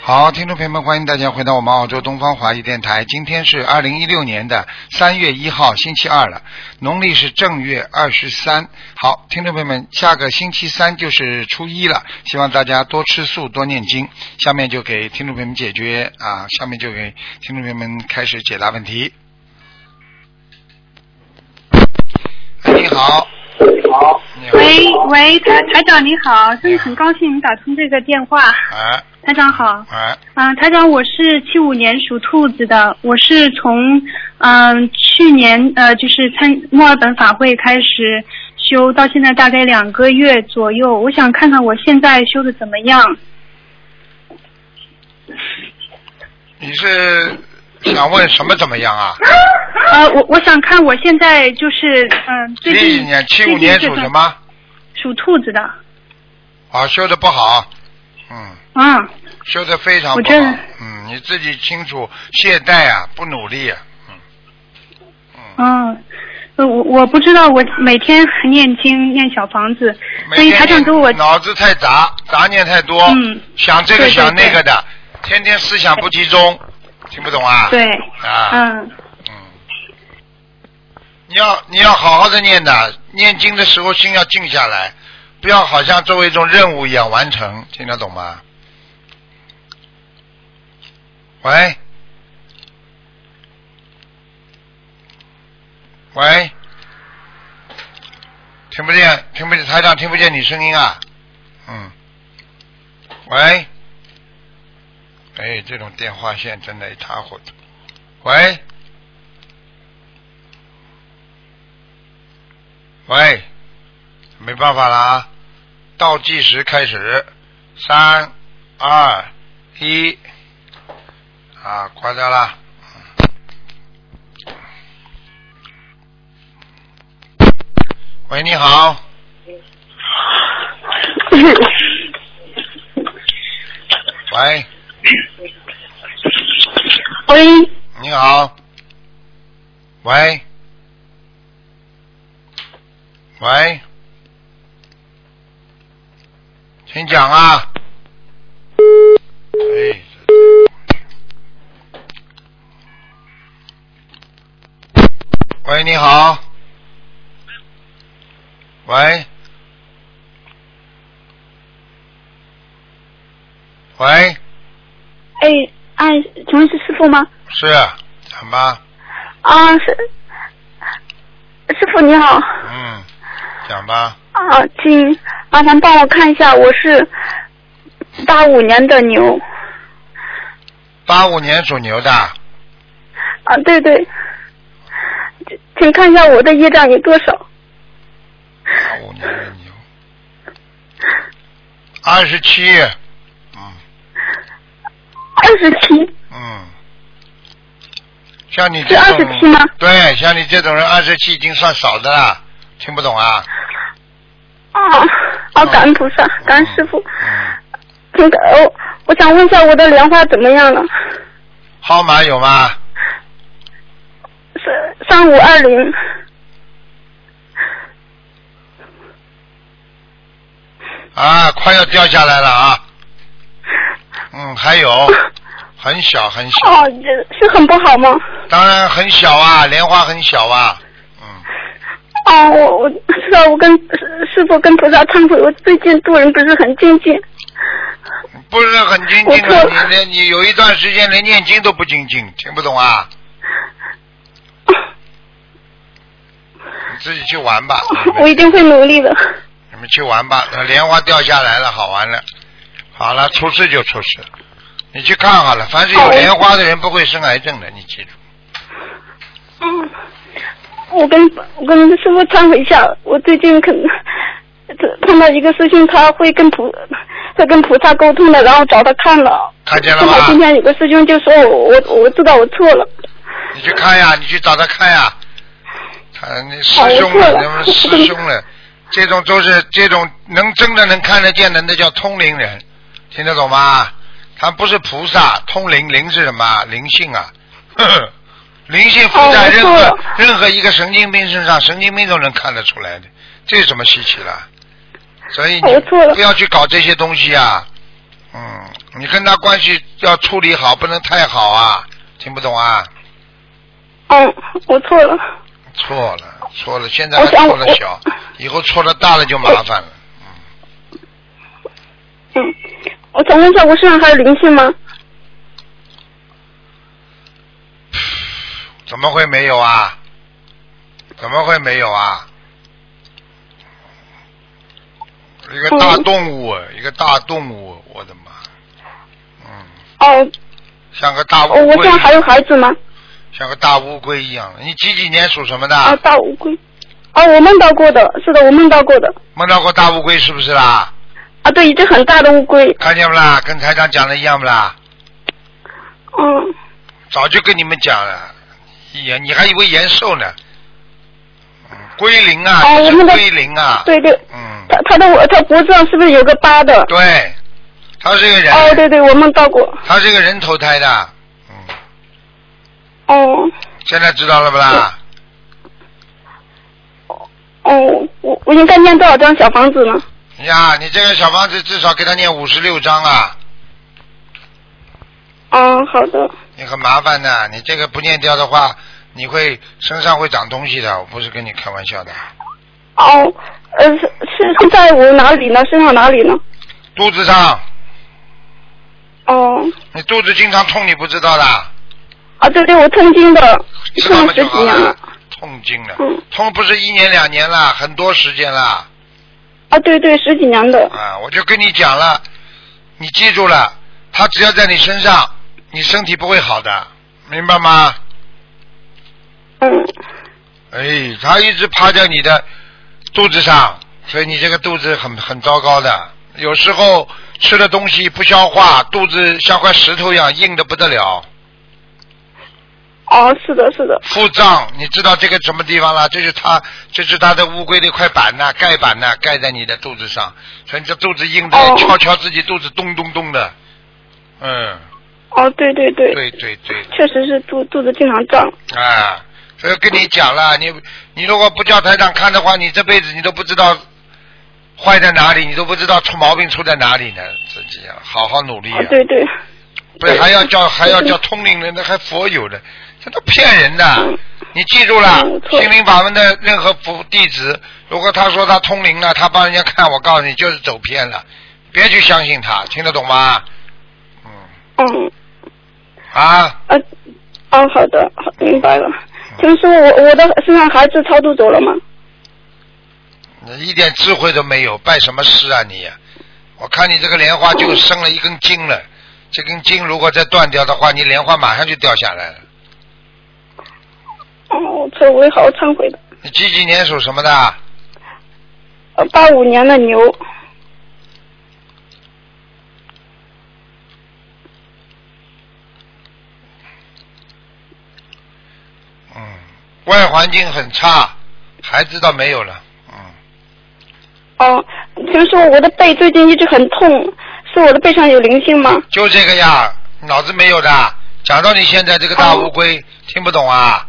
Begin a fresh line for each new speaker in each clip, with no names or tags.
好，听众朋友们，欢迎大家回到我们澳洲东方华语电台。今天是二零一六年的三月一号，星期二了，农历是正月二十三。好，听众朋友们，下个星期三就是初一了，希望大家多吃素，多念经。下面就给听众朋友们解决啊，下面就给听众朋友们开始解答问题。哎，你好，
你好，
你好，
喂喂，台台长你好，真的很高兴你打通这个电话。
哎
台长好，
哎，
嗯、台长，我是七五年属兔子的，我是从嗯、去年呃就是参墨尔本法会开始修，到现在大概两个月左右，我想看看我现在修的怎么样。
你是想问什么怎么样啊？
呃，我我想看我现在就是嗯、最
几几
近
年？七
最
五
近
年
这
属
段
什？么？
属兔子的，
啊，修的不好，嗯，
嗯，
修的非常
我
不
真
好，嗯，你自己清楚，懈怠啊，不努力、啊，嗯，
嗯，呃我我不知道，我每天念经念小房子，
嗯，
所以
每
台
天
长给我，
脑子太杂，杂念太多，
嗯，
想这个
对对
想那个的，天天思想不集中，听不懂啊？，
对，
啊，
嗯
嗯，你要你要好好的念的，念经的时候心要静下来，不要好像作为一种任务一样完成，听得懂吗？喂，喂，听不见，听不见，台长听不见你声音啊，嗯，喂，哎，这种电话线真的一塌糊涂，喂，喂，没办法了啊，倒计时开始，三、二、一，啊，挂掉了。喂，你好，喂，
喂，
你好，喂，喂，请讲啊。哎，喂，你好，喂，喂，
哎，哎，请问是师傅吗？
是讲吧，
啊，是师傅你好，
嗯，讲吧，
啊，请麻烦帮我看一下，我是八五年的牛，
八五年属牛的。
啊，对对，请请看一下我的业障有多少？
八五年的牛，二十七，嗯
二十七，
嗯，像你这
是
种
27吗
对，像你这种人，二十七已经算少的了，听不懂啊？
啊啊，感恩菩萨，感恩
嗯
师傅，
嗯，
请感哦，我想问一下我的莲花怎么样了？
号码有吗？
是三五二零。
啊，快要掉下来了啊！嗯，还有，很小很小，
哦，这是很不好吗？
当然很小啊，莲花很小啊，嗯，
哦，我我知道，我跟师师傅跟菩萨忏悔，我最近做人不是很精进。
不是很精进
我
的，
特
你连你有一段时间连念经都不精进，听不懂啊？你自己去玩吧，
我
你
一定会努力的。
你们去玩吧。那莲花掉下来了，好玩了，好了，出事就出事。你去看好了，凡是有
哦
莲花的人不会生癌症的，你记住。
嗯，我跟我跟师傅忏悔一下，我最近可能碰到一个事情，他会跟菩他跟菩萨沟通的，然后找他看了。
看见了
正好今
吗？
天有个师兄就说我我我知道我错了，
你去看呀，你去找他看呀。他你师
哦我
兄
错
了，
了
那么师兄了，这种都是这种能真的能看得见的，那叫通灵人，听得懂吗？他不是菩萨，通灵灵是什么？灵性啊， 呵呵灵性附在
哦我
任
错
何、
了
任何一个神经病身上，神经病都能看得出来的，这有什么稀奇了？所以
哦我错
你
了
不要去搞这些东西啊，嗯，你跟他关系要处理好，不能太好啊，听不懂啊？
嗯，我错了。
错了，错了，现在
我
还
想
错了
我
小，以后错了大了就麻烦了。
嗯，我想问一下，我身上还有灵性吗？
怎么会没有啊？怎么会没有啊？一个大动物，啊一个大动物，我的妈！嗯，
哦，
像个大乌
哦，我
龟
身，上还有孩子吗？
像个大乌龟一样。你几几年属什么的？
啊，大乌龟。哦，我梦到过的，是的，我梦到过的。
梦到过大乌龟是不是啦？
啊，对，一只很大的乌龟。
看见不啦？跟台长讲的一样不啦？
嗯，
早就跟你们讲了，延你还以为延寿呢？嗯龟苓啊，
哎
这是
我们的
龟苓啊。
对对，
嗯，
它它的它脖子上是不是有个疤的？
对，他是个人，
哦，对对，我梦到过。
他是个人投胎的。嗯，
哦
现在知道了不啦？
哦，我我应该念多少张小房子呢？
呀，你这个小房子至少给他念五十六章啊，
哦，好的。
你很麻烦的、你这个不念掉的话，你会身上会长东西的，我不是跟你开玩笑的。
哦，呃，是是在我哪里呢？身上哪里呢？
肚子上，
哦，
你肚子经常痛，你不知道的，
啊，对对，我痛经的，
知道吗
痛了
就
十
好
几年
了
了。。
痛经了，
嗯
痛不是一年两年了，很多时间了。
啊，对对，十几年的。
啊，我就跟你讲了，你记住了，他只要在你身上，你身体不会好的，明白吗？
嗯，
哎，他一直趴在你的肚子上，所以你这个肚子很很糟糕的。有时候吃的东西不消化，肚子像块石头一样硬的不得了，
哦，是的，是的。
腹胀，你知道这个什么地方啦？这是他，这是他的乌龟的一块板呐、盖板呐、盖在你的肚子上，所以你这肚子硬的，
哦
敲敲自己肚子咚咚咚的，嗯，
哦，对对对，
对对对，
确实是肚肚子经常胀。
啊，所以跟你讲了，你你如果不叫台长看的话，你这辈子你都不知道坏在哪里，你都不知道出毛病出在哪里呢。自己啊，好好努力啊
啊，！对对，
不是还要叫还要叫通灵人的，还佛友的，这都骗人的。你记住了
嗯，错
心灵法门的任何服弟子，如果他说他通灵了，他帮人家看，我告诉你就是走偏了，别去相信他，听得懂吗？嗯，
嗯，
啊，
啊，啊，好的，好，明白了。请问师傅，我我的身上孩子超度走了吗？
你一点智慧都没有，拜什么师啊你？我看你这个莲花就生了一根筋了，这根筋如果再断掉的话，你莲花马上就掉下来了。
哦，错，我会好好忏悔的。
你几几年属什么的？啊
呃，八五年的牛，
嗯，外环境很差，孩子倒没有了。嗯，
哦，请问师傅，我的背最近一直很痛，是我的背上有灵性吗？
就这个呀，脑子没有的。讲到你现在这个
哦
大乌龟，听不懂啊？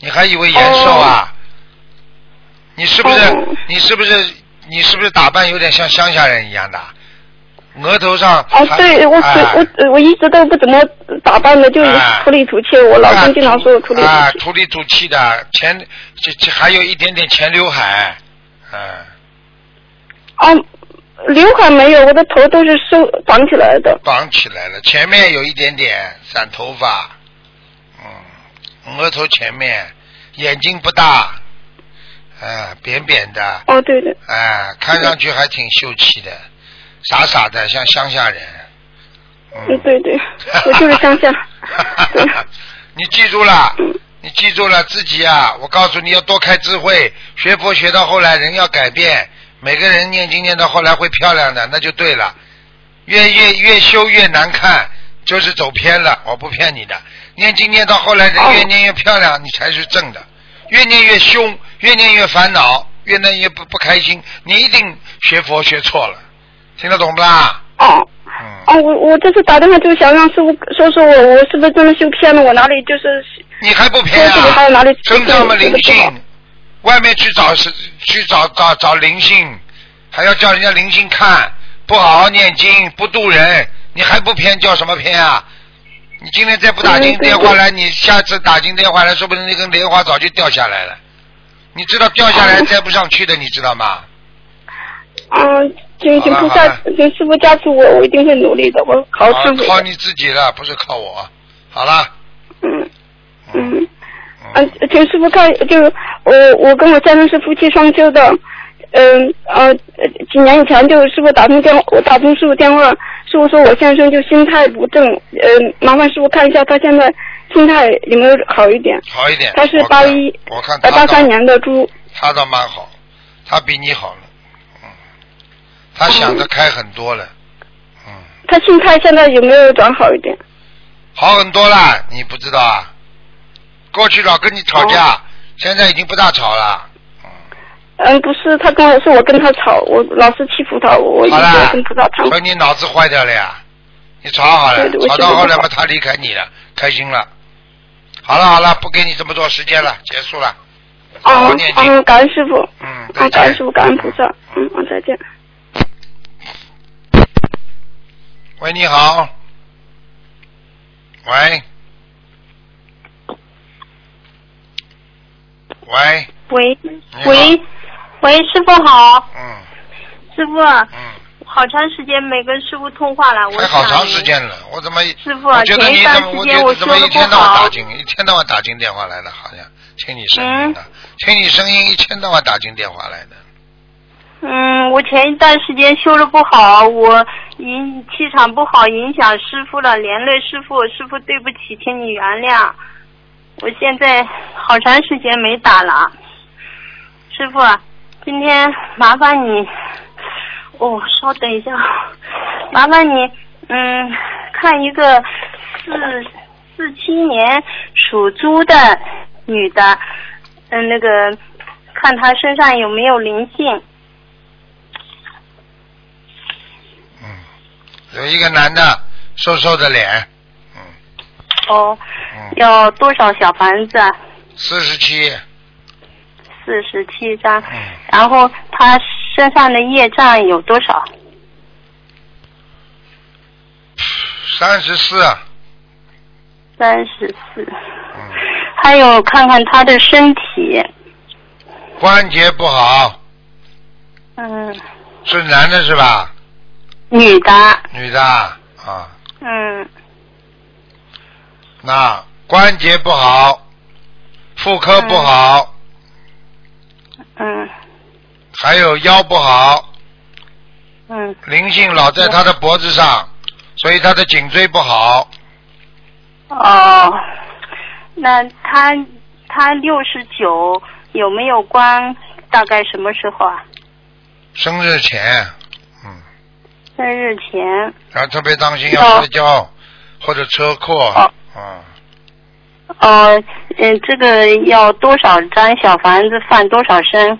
你还以为延寿啊？你是不是、
哦
你是不是你是不是打扮有点像乡下人一样的？额头上
哦，
还
对，我
哎
我我一直都不怎么打扮的，就是
哎
土里土气。我老公经常说我土里土
啊，
气。
土里土气的，前这这还有一点点前刘海，嗯，
哦，刘海没有，我的头都是收绑起来的。
绑起来了，前面有一点点散头发，嗯，额头前面，眼睛不大，啊，扁扁的，
哦，对对，
啊，看上去还挺秀气的，傻傻的，像乡下人，。
嗯，对对，我就是乡下 对，嗯
你记住了，你记住了自己啊！我告诉你要多开智慧，学佛学到后来人要改变，每个人念经念到后来会漂亮的，那就对了。越越越修越难看，就是走偏了，我不骗你的。念经念到后来
哦
人越念越漂亮，你才是正的。越念越凶，越念越烦恼，越念越不不开心，你一定学佛学错了，听得懂不啦？
哦。
嗯。
哦，我我这次打电话就是想让师傅说说我，我是不是真的修偏了？我哪里就是
你还不
说
偏
这里还
啊
有？哪里
身上的灵
这个不好
性，外面去找是去找找找灵性，还要叫人家灵性看，不好好念经，不渡人，你还不偏叫什么偏啊？你今天再不打进电话来，你下次打进电话来，说不定那根莲花早就掉下来了。你知道掉下来摘不上去的，你知道吗？
嗯，请请菩萨
好了好，
请师傅加持我，我一定会努力的，我好好
好
师傅。
靠啊你自己了，不是靠我。好了，
嗯
嗯
嗯嗯
嗯，，
请师傅看，就是我我跟我先生是夫妻双修的，嗯呃几年以前就师傅打通电话，我打通师傅电话，师傅说我先生就心态不正，嗯，麻烦师傅看一下他现在心态有没有好一点？
好一点。
他是
我看
八一
我看他
呃八
倒
三年的猪，
他倒蛮好，他比你好了，嗯，他想得开很多了，嗯，
他心态现在有没有转好一点？
好很多啦，你不知道啊？过去老跟你吵架，
哦
现在已经不大吵了，
嗯，不是，他跟我是我跟他吵，我老是欺负他，我我一直
好啦
跟菩萨谈。
所以你脑子坏掉了呀，你吵好了
对对，我
吵到
觉得
后来嘛，
不好
他离开你了，开心了。好了好了，不给你这么多时间了，结束了。好好
哦
念经，
哦，感恩师傅，
嗯，
啊，
再
感恩
见
师。傅，感恩菩萨，嗯，啊，再见。
喂，你好。喂。喂。
喂
你好
喂喂，师傅好，
嗯
师傅，
啊
嗯，
好长时间没跟师傅通话了，我
还
想
好长时间了，我怎么？
师傅
我觉得
前一
你
段
怎么？
时
我
间
觉得
我
怎么
说得
一天
不
到晚
好
打进，一天到晚打进电话来了，好像听你声音的，听你声音一天到晚打进电话来的。
嗯，我前一段时间修的不好，我影气场不好，影响师傅了，连累师傅，师傅对不起，请你原谅。我现在好长时间没打了，师傅，啊今天麻烦你，哦，稍等一下，啊麻烦你，嗯，看一个四四七年属猪的女的，嗯，那个看她身上有没有灵性。
嗯，有一个男的，瘦瘦的脸，嗯
哦，
嗯，
要多少小房子啊？
四十七，
四十七张。
嗯，
然后他身上的业障有多少？
三十四，
三十四。
嗯，
还有看看他的身体，
关节不好，
嗯，
是男的是吧？
女的，
女的啊啊，
嗯，
那关节不好，妇科不好，
嗯，
还有腰不好，
嗯，
灵性老在他的脖子上，所以他的颈椎不好，
哦，那他他六十九有没有关？大概什么时候啊？
生日前，嗯，
生日前。
然后特别当心
哦
要摔跤或者车祸
哦，
嗯。
哦，嗯，这个要多少张小房子放多少升？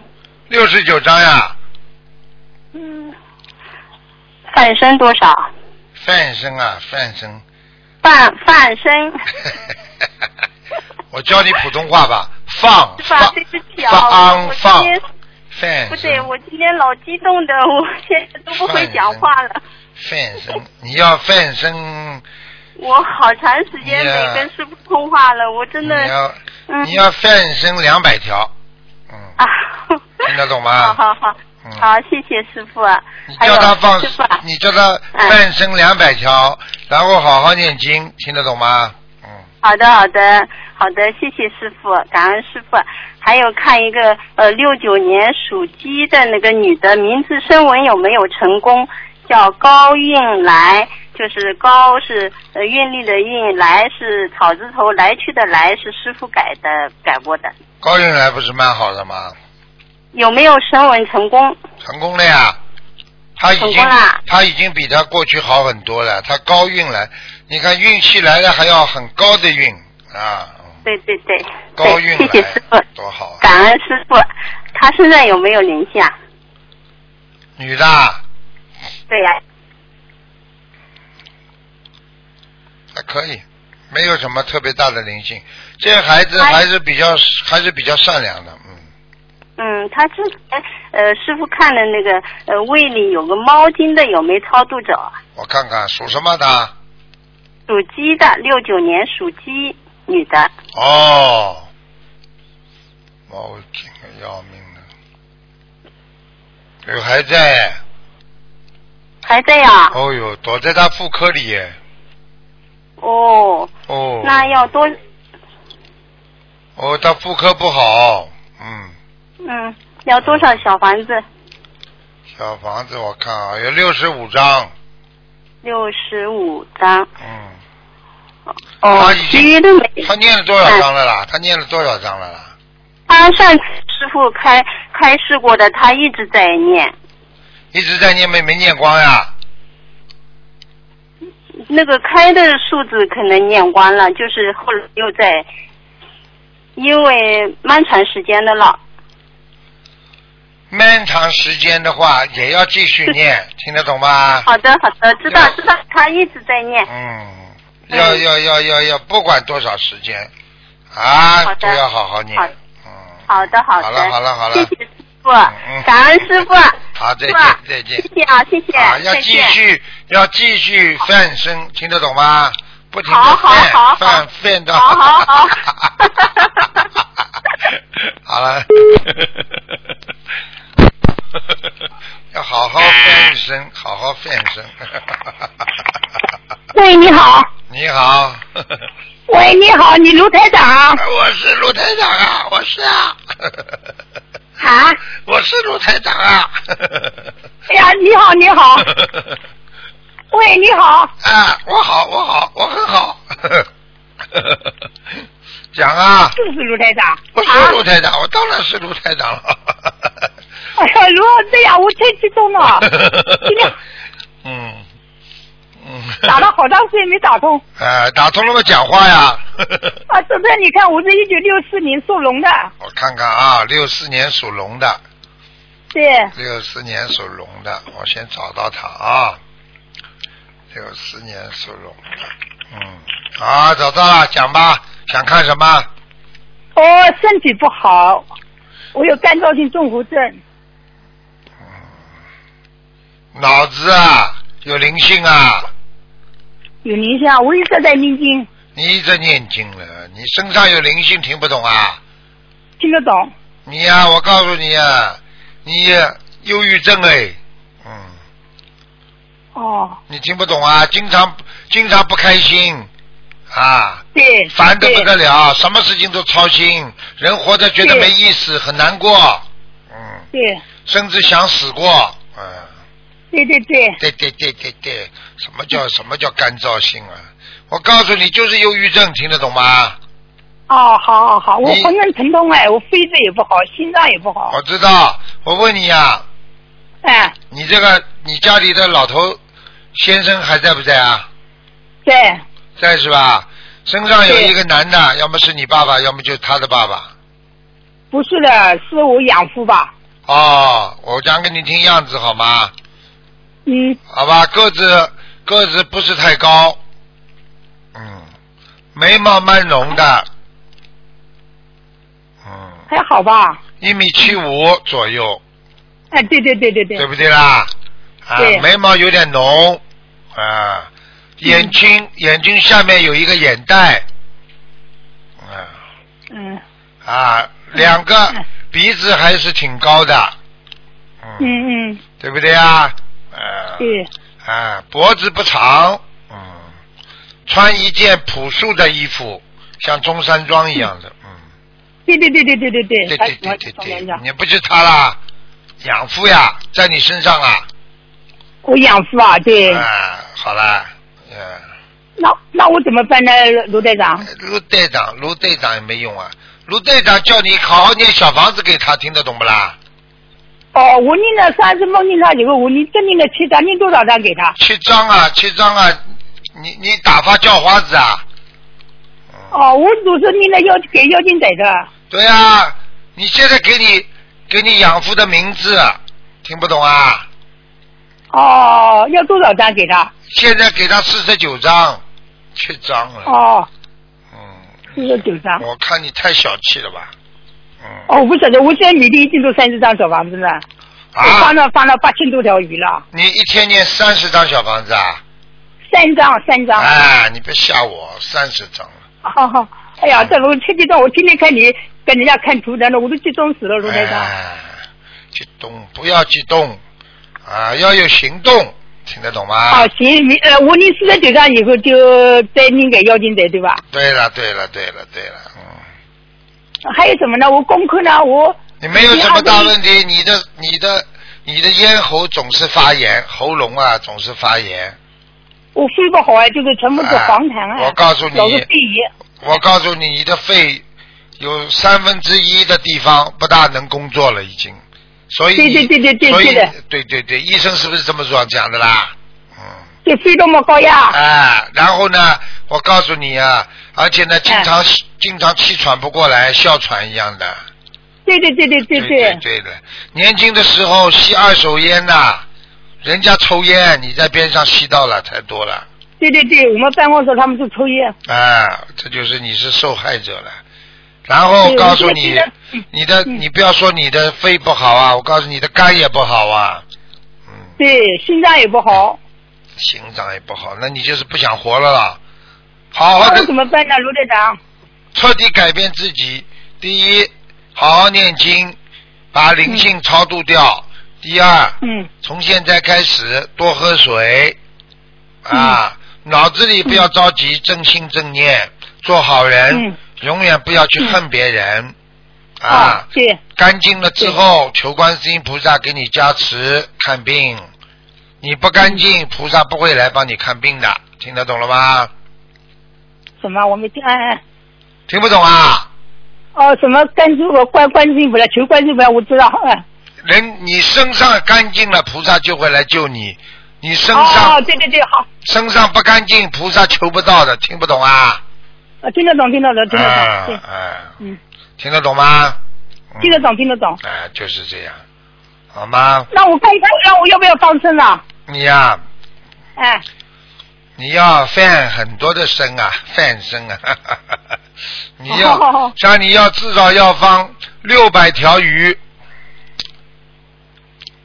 六十九张呀，
嗯，放生多少？
范生啊，范生，
放放生。
我教你普通话吧，放
是吧？
放
对不起啊，
放
我
放哎
今天
范
不对，
生
我今天老激动的， 我现在都不会讲话
哎
了。
范生，你要范生，
我好长时间没跟师傅通话了，我真
你
的
要
嗯
你要范生两百条，嗯，
啊，
听得懂吗
好好好，
嗯
好，谢谢师傅啊。
你
还有
叫他放
师傅啊，，
你叫他
嗯
范生两百条，然后好好念经，听得懂吗？嗯，
好的好的好的，谢谢师傅，感恩师傅。还有看一个呃六九年属鸡的那个女的，名字声纹有没有成功？叫高运来，就是高是呃运力的运，来是草字头来去的来，是师傅改的改过的。
高运来不是蛮好的吗？
有没有声纹成功？
成功了呀，他已
成
经
功啦
他已经比他过去好很多了，他高运了，你看运气来了还要很高的运啊，嗯
对对对，
高运
对谢谢
来
师傅，
多好啊，
感恩师傅。她身上有没有灵性啊？
女的啊
对呀、
还可以，没有什么特别大的灵性，这个孩子
哎
还是比较还是比较善良的，嗯，
嗯，他之前呃，师傅看了那个呃胃里有个猫经的有没超度者？
我看看属什么的？啊
属鸡的，六九年属鸡女的。
哦，毛病啊，要命的，这个还在，
还在呀、
哦呦，躲在他妇科里耶，
哦，
哦，
那要多，
哦，他妇科不好，嗯，
嗯，要多少小房子？
小房子我看啊，有六十五张，
六十五张。
嗯，
哦
啊他已，经
其余的没。
他念了多少张了
哎
啦？他念了多少张了啦？
他上次师傅开开示过的，他一直在念。
一直在念没没念光呀？
那个开的数字可能念完了，就是后来又在，因为蛮长时间的了。
漫长时间的话也要继续 念，听得懂吗？
好的，好的，知道
要
知道，他一直在念。
嗯，要要要要要，不管多少时间啊，
好的
都要好好念
好。
嗯，
好的，好的。
好了好了好了
谢谢师傅
嗯，
感恩师傅。
好，再
师
见
傅
再见
谢。谢啊，谢谢，
啊，要
再
继
见。
续要继续翻身，听得懂吗？不停
好
的
好
翻
好
翻翻到。
好好好
好了。要好好翻身，好好翻身。
喂，你好，
你好，
喂，你好，你卢台长
我是卢台长啊，我是啊，
啊？
我是卢台长啊。
哎呀，你好，你 好，喂，你好，
啊，我好，我好，我很好。 讲啊，
就是卢台长。
我
啊
是卢台长，我当然是卢台长了。，
哎呀，卢，哎呀，我太激动了 今天
嗯嗯，
打了好长时间没打通
哎，打通了吗？讲话呀。
啊！这边你看，我是一九六四年属龙的，
我看看啊，六四年属龙的，
对，
六四年属龙的，我先找到他啊。六四年属龙的，嗯，好，找到了，讲吧，想看什么？
哦，身体不好，我有干燥性综合症，
脑子啊，有灵性啊，
有影响，我一直在念经，
你一直念经了，你身上有灵性，听不懂啊？
听得懂。
你呀、我告诉你呀、你忧郁症哎，嗯，
哦，
你听不懂啊？经常经常不开心啊，
对，
烦的不
对
得了，什么事情都操心，人活着觉得
对
没意思，很难过，嗯，
对
甚至想死过，嗯。
对对对，
对对对对对，什么叫什么叫干燥性啊？我告诉你，就是忧郁症，听得懂吗？
哦，好好好，我
你
浑身疼痛哎，我肺子也不好，心脏也不好，
我知道，我问你呀、
哎，
你这个你家里的老头先生还在不在啊？
对，
在是吧？身上有
对
一个男的，要么是你爸爸，要么就是他的爸爸。
不是的，是我养父吧？
哦，我讲给你听样子好吗？
嗯，
好吧，个子个子不是太高，嗯，眉毛蛮浓的，嗯，
还好吧？
一米七五左右，
哎，对对对对对
对，不对啦？啊
对，嗯
眉毛有点浓，啊，眼睛、眼睛下面有一个眼袋，啊
嗯
啊，两个鼻子还是挺高的，嗯，
嗯嗯，
对不对啊？啊，
对，
啊，脖子不长，嗯，穿一件朴素的衣服，像中山装一样的，嗯，
对对对对对对对，
对
哎
对对对嗯
我我
对
讲，
你不是他啦，养父呀，在你身上啊啦，
我养父啊，对，
啊，好啦，嗯、
那那我怎么办呢，卢队长？
卢队长，卢队长也没用啊。卢队长叫你好好念小房子给他，听得懂不啦？
哦，我念了三十梦，念他以后，我念真念了七张，念多少张给他？
七张啊，七张啊，你你打发叫花子啊？嗯
哦，我总是念了要给妖精仔的，
对啊，你现在给你给你养父的名字，听不懂啊？
哦，要多少张给他？
现在给他四十九张，七张了。
哦，
嗯，
四十九张。
我看你太小气了吧？嗯，
哦哦，我不晓得，我现在每天已经做三十张小房子了。我
啊
放，了放了八千多条鱼了，
你一天念三十张小房子啊？
三张三张。
哎，你别吓我，三十张了。
好好，哎呀，这我天激动，我今天看你跟人家看图腾了，我都激动死了，卢台长。
哎，激动，不要激动啊，要有行动，听得懂吗
好，？行，你呃，我念四十九章以后就再念给妖精者，对吧？
对了，对了，对了，对了，嗯，
还有什么呢？我功课呢？我
你没有什么大问题，你的、你的、你的咽喉总是发炎，喉咙啊总是发炎。
我睡不好啊，就是全部是黄痰啊。
哎我告诉你
老是肺炎。
我告诉你，你的肺有三分之一的地方不大能工作了，已经。所以你
对对对对对
所以
对的
对对对，医生是不是这么说讲的啦？嗯。
就肺动脉高 压，
哎，然后呢，我告诉你啊，而且
嗯
呢，经常、经常气喘不过来，哮喘一样的。
对对对对对
对对的，年轻的时候吸二手烟呐、人家抽烟，你在边上吸到了才多了，
对对对，我们办公室他们都抽烟，
啊，这就是你是受害者了。然后
对
告诉
我记
你
得，嗯
你的你不要说你的肺不好啊，我告诉你的肝也不好啊，嗯，
对，心脏也不好，
心脏也不好，那你就是不想活了啦。好好
那
的
我怎么办呢，卢队长？
彻底改变自己，第一，好好念经，把灵性超度掉；第二，
嗯，
从现在开始多喝水，啊，
嗯
脑子里不要着急，正心正念，做好人，
嗯
永远不要去恨别人，啊，
对，
干净了之后，求观世音菩萨给你加持看病。你不
嗯
干净，菩萨不会来帮你看病的，听得懂了吗？
什么我没听，哎哎，
听不懂啊？
哦，什么关注我关关心不了，求关心不了，我知道，哎，
人你身上干净了，菩萨就会来救你；你身上、
哦，对对对，好，
身上不干净，菩萨求不到的，听不懂啊？
呃听得懂，听得懂，听得
啊
懂，对，
啊，
嗯，
听得懂吗？嗯
听得。懂，听得懂。
啊，就是这样，好吗？
那我功课，那我要不要放生啊？
你呀、
哎，
你要犯很多的生啊， 犯生啊，你要、
哦
像你要至少要放六百条鱼，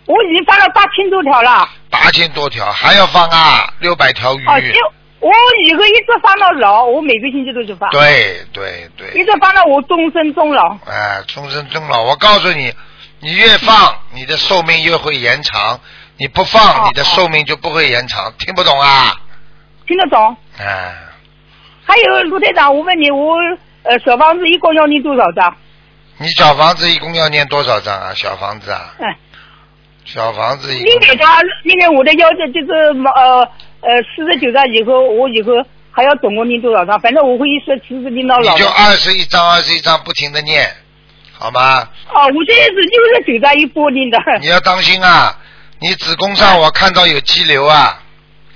我已经放了八千多条了，
八千多条，还要放啊，六百条鱼。
哦，就我以后一直放到老，我每个星期都去放，
对对对。
一直放到我终身终老。
哎，终身终老。我告诉你，你越放，你的寿命越会延长；你不放，
嗯哦
你的寿命就不会延长。听不懂啊？
听得懂？
哎，
还有卢队长，我问你，我呃小房子一共要念多少张？
你小房子一共要念多少张啊？小房子啊，
哎，
小房子一
念给
共。
他，念给我的要求就是呃呃四十九张以后，我以后还要总共念多少张？反正我会一直持续念到
你
老。
就二十一张，二十一张不停的念，好吗？
哦，我现在是六十九张一波念的。
你要当心啊！你子宫
嗯
上我看到有肌瘤啊，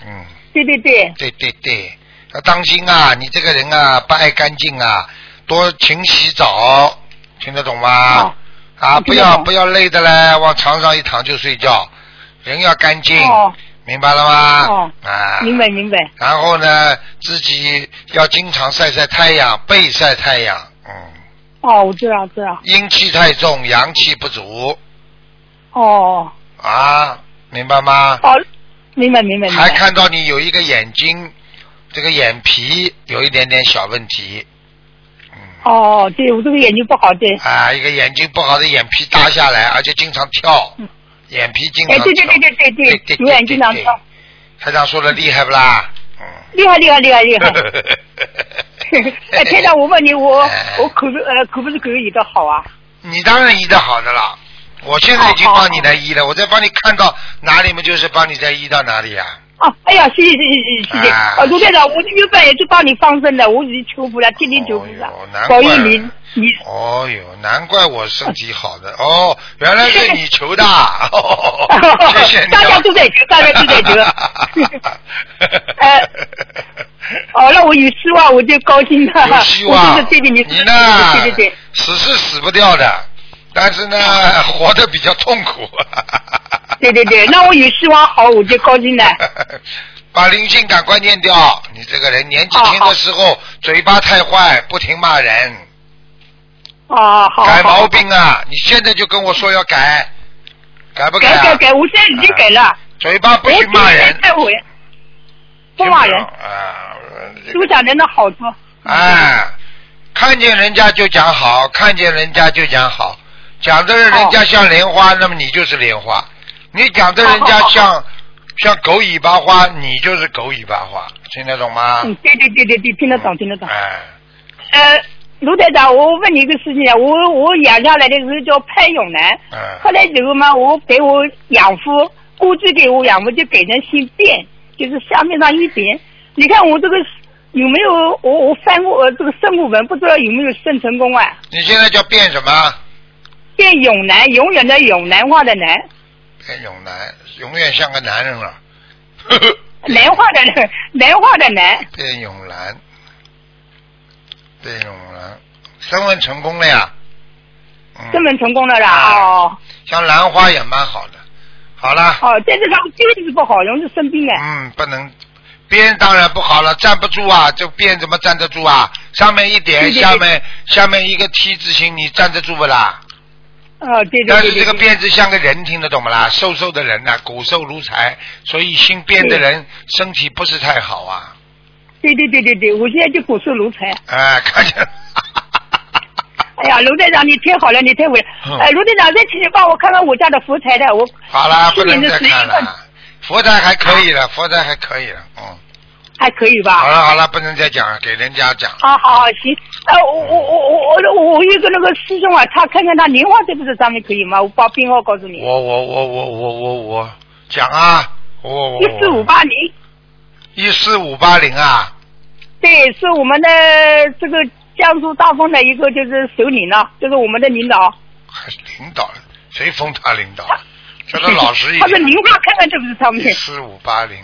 嗯，
对对对，
对对对，要当心啊！你这个人啊，不爱干净啊，多勤洗澡，听得懂吗？
哦
啊，不
听得懂
要不要累的嘞，往床上一躺就睡觉，人要干净，
哦
明白了吗？
哦
啊，
明白。明白。
然后呢，自己要经常晒晒太阳，背晒太阳，嗯，
哦，我知道知道。
阴气太重，阳气不足
哦
啊，明白吗？
哦，明白明白明
还
白。
看到你有一个眼睛，这个眼皮有一点点小问题，
哦，对我这个眼睛不好，对。
啊，一个眼睛不好的眼皮耷下来，而且经常跳，
嗯
眼皮经常
哎，
跳。
对对对对对
对对
对，有眼睛长
对
跳，
台长说的厉害不啦？嗯。
厉害厉害厉害厉 害。 哎，台长，我问你，我
哎
我口不呃口不是口译的好啊？
你当然医的好的啦，我现在已经
好好
帮你来医了，我再帮你看到哪里嘛，就是帮你再医到哪里啊呀、
哦，哎呀，谢谢谢谢谢谢谢谢！
哎
啊，卢队长，我原本也是帮你放生的，我已经求菩萨，天天求菩萨
哦哟难，怪
保佑你你。
哦哟，难怪我身体好的哦，原来是你求 的，哦谢谢你啊、
大家都在求，大家都在 求。哎，哦，那我有希望，我就高兴 了。
有希望。
我就是对着你，
你呢？
对对对，
死是死不掉的，但是呢，活得比较痛苦。
对对对，那我有希望好，我就高兴了。
把灵性赶快念掉！你这个人年纪
哦
轻的时候、嘴巴太坏，不停骂人，
哦，好。
改
好
毛。病啊！你现在就跟我说要改，改不
改
啊？
改改，我现在已经改了，
嘴巴
我
不许
现
骂
在
人，
忏悔，不骂人
听，懂啊！呃这个
都讲人的好处。
哎，看见人家就讲好，看见人家就讲好，讲的人家像莲花，那么你就是莲花；你讲的人家像 像狗尾巴花，你就是狗尾巴花，听得懂吗？
嗯，对对对对对，听得懂听得懂。
哎，
呃，卢台长，我问你一个事情啊，我我养下来的时候叫潘永南，
嗯
后来之后嘛，我给我养父估计给我养父就改成姓卞，就是下面上一点。你看我这个有没有我我翻过呃这个圣母文，不知道有没有圣成功啊？
你现在叫变什么？
变永南，永远的永，南话的南，
变永男，永远像个男人了。
南话的南，南话的南。
变永兰，变永兰，升温成功了呀。嗯
根，本成功了啦！
啊
哦
像兰花也蛮好的。好了。
哦，但是他就是不好，容易生病啊。
嗯，不能，边当然不好了，站不住啊，这边怎么站得住啊？上面一点，
对对对
下面下面一个 T 字形，你站得住不啦？
哦，对对
但
对
是这
对
个
对。
辫子像个人，听得懂不啦？瘦瘦的人呐、啊骨瘦如柴，所以姓辫的人身体不是太好啊。
对对对对对，我现在就骨瘦如柴。
哎，看见了。
哎呀，卢队长，你太好了，你太伟。
嗯
哎，卢队长，再请你帮我看看我家的福台的，我
好啦，不
去年
能
的
再
十一
看
份
了。佛台还可以了，佛台还可以了，嗯。
还可以
好
吧？
了好了，不能再讲了，给人家讲。
好好好，行。呃，我我我我我我有一个那个师兄啊，他看看他莲花这不是上面可以吗？我把编号告诉你，
我我我我我我我讲啊，我我我
一四五八零，
一四五八零啊，
对，是我们的这个江苏大丰的一个就是首领呢、就是我们的领导。
还是领导了，谁封他领 导了？叫他老实一
他的
点。
莲花看看这不是上面
一？四五八零，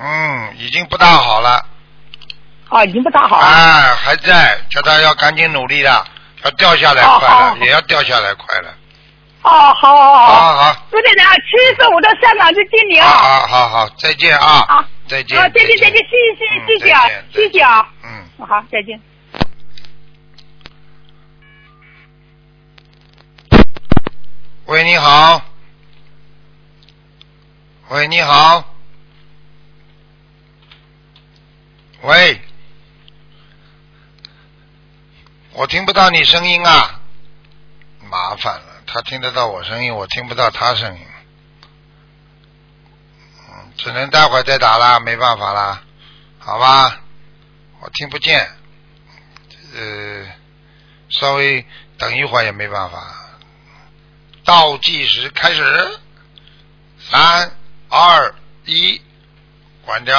嗯，已经不大好了，
啊，已经不大好了。
啊，还在，叫他要赶紧努力了，要掉下来快
好好
了
好，
也要掉下来快了，
哦，好好
好
好。
好
卢队长，七月份我到香港去见你
好
啊。
好好好，再见啊
好，
再见，
啊，再见再见，谢
嗯
谢谢谢啊
再见，再
谢
见
谢啊，
嗯。
好，再见。
喂，你好。喂，你好。喂，我听不到你声音啊，麻烦了。他听得到我声音，我听不到他声音。嗯，只能待会儿再打啦，没办法啦，好吧？我听不见，呃，稍微等一会儿也没办法。倒计时开始，三、二、一，关掉。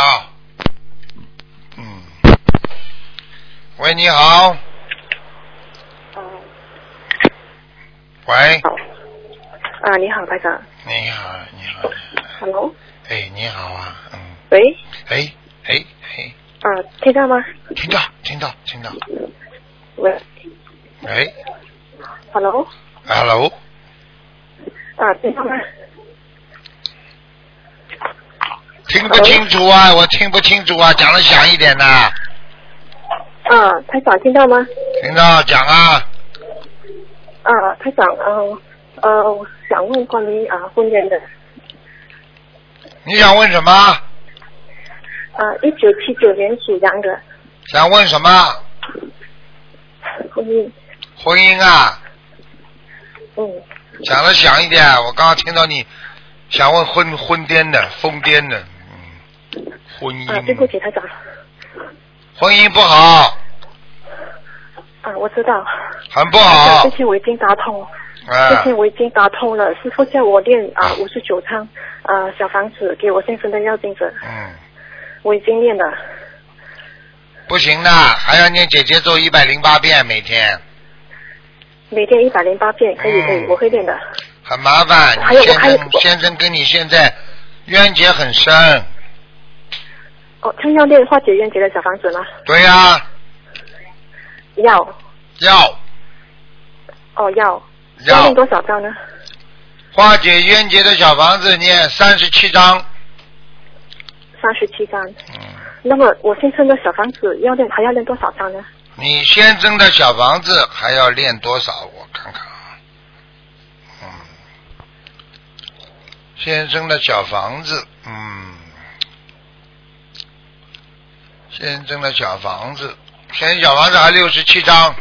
嗯，喂，你好。喂，
啊，你好，台长。
你好，你好，
Hello。
哎，你好啊，嗯，
喂。
哎，哎，哎，
啊，听到吗？
听到，听到，听到，
喂。
哎
Hello。
，hello，
啊，听到吗？
听不清楚啊，我听不清楚啊，讲的响一点呐、
啊，台长听到吗？
听到讲啊，
啊，台长，呃呃，我想问关于啊婚姻的，
你想问什么？
啊，一九七九年属羊的
想问什么？
婚姻，
婚姻啊，
嗯，
讲的响一点，我刚刚听到你想问婚婚癫的、疯癫的，嗯，婚姻、
啊，对不起，台长，
婚姻不好，
啊，我知道，
很不
啊
好
之，前我已经打通，之
哎、
前我已经打通了，师傅叫我练啊五十九张啊小房子给我先生的要经者，
嗯，
我已经练了，
不行的，还要念姐姐咒一百零八遍每天，
每天一百零八遍，可以可以，我会练的。
很麻烦。
还
你
有
先
还有
生先生跟你现在冤结很深，
哦，他要练化解冤结的小房子吗？
对呀、
要，
要
哦要，要
要
练多少张呢？
化解冤结的小房子念三十七章，
三十七张。
嗯，
那么我先生的小房子要练还要练多少张呢？
你先生的小房子还要练多少？我看看啊，嗯，先生的小房子，嗯，先生的小房子，先生小房子还六十七张，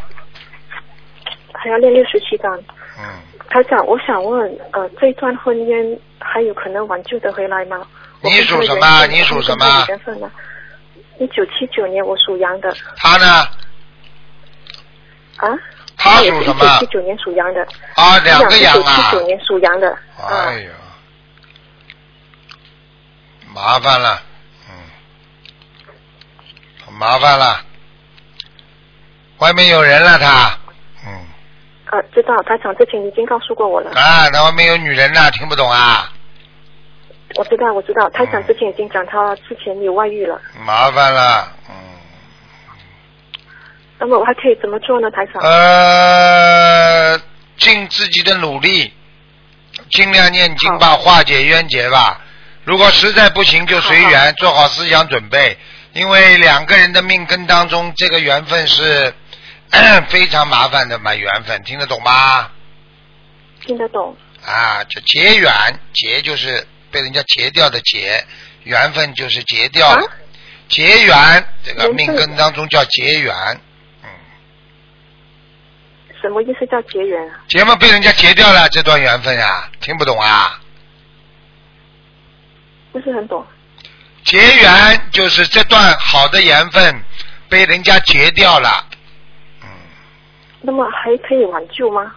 还要练六十七章。
嗯，
台长，我想问，呃，这段婚姻还有可能挽救得回来吗？
你属什么
我跟这个缘分
你属什么
我跟这个缘分呢？一九七九年，我属羊的
他呢？
啊。
他属什么
七？九年属羊的。
啊，两个羊啊
七！九年属羊的。啊
哎，呀，嗯麻烦了，嗯，很麻烦了，外面有人了他，嗯，
啊，知道，台长之前已经告诉过我了。
啊，那外面有女人了，听不懂啊，
我知道，我知
嗯
道，台长之前已经讲他之前有外遇了。
麻烦了，嗯，
那么我还可以怎么做呢，台长？
啊呃，尽自己的努力，尽量念经吧，化解冤结吧。如果实在不行，就随缘，做好思想准备。因为两个人的命根当中，这个缘分是 非常麻烦的，买缘分，听得懂吗？
听得懂。
啊，就结缘，结就是被人家截掉的结，缘分就是截掉的。
啊
结缘，这个
缘分
命根当中叫结缘，嗯，
什么意思叫结缘啊？
结嘛被人家截掉了这段缘分呀、听不懂啊？
不是很懂。
结缘就是这段好的缘分被人家截掉了，嗯
那么还可以挽救吗？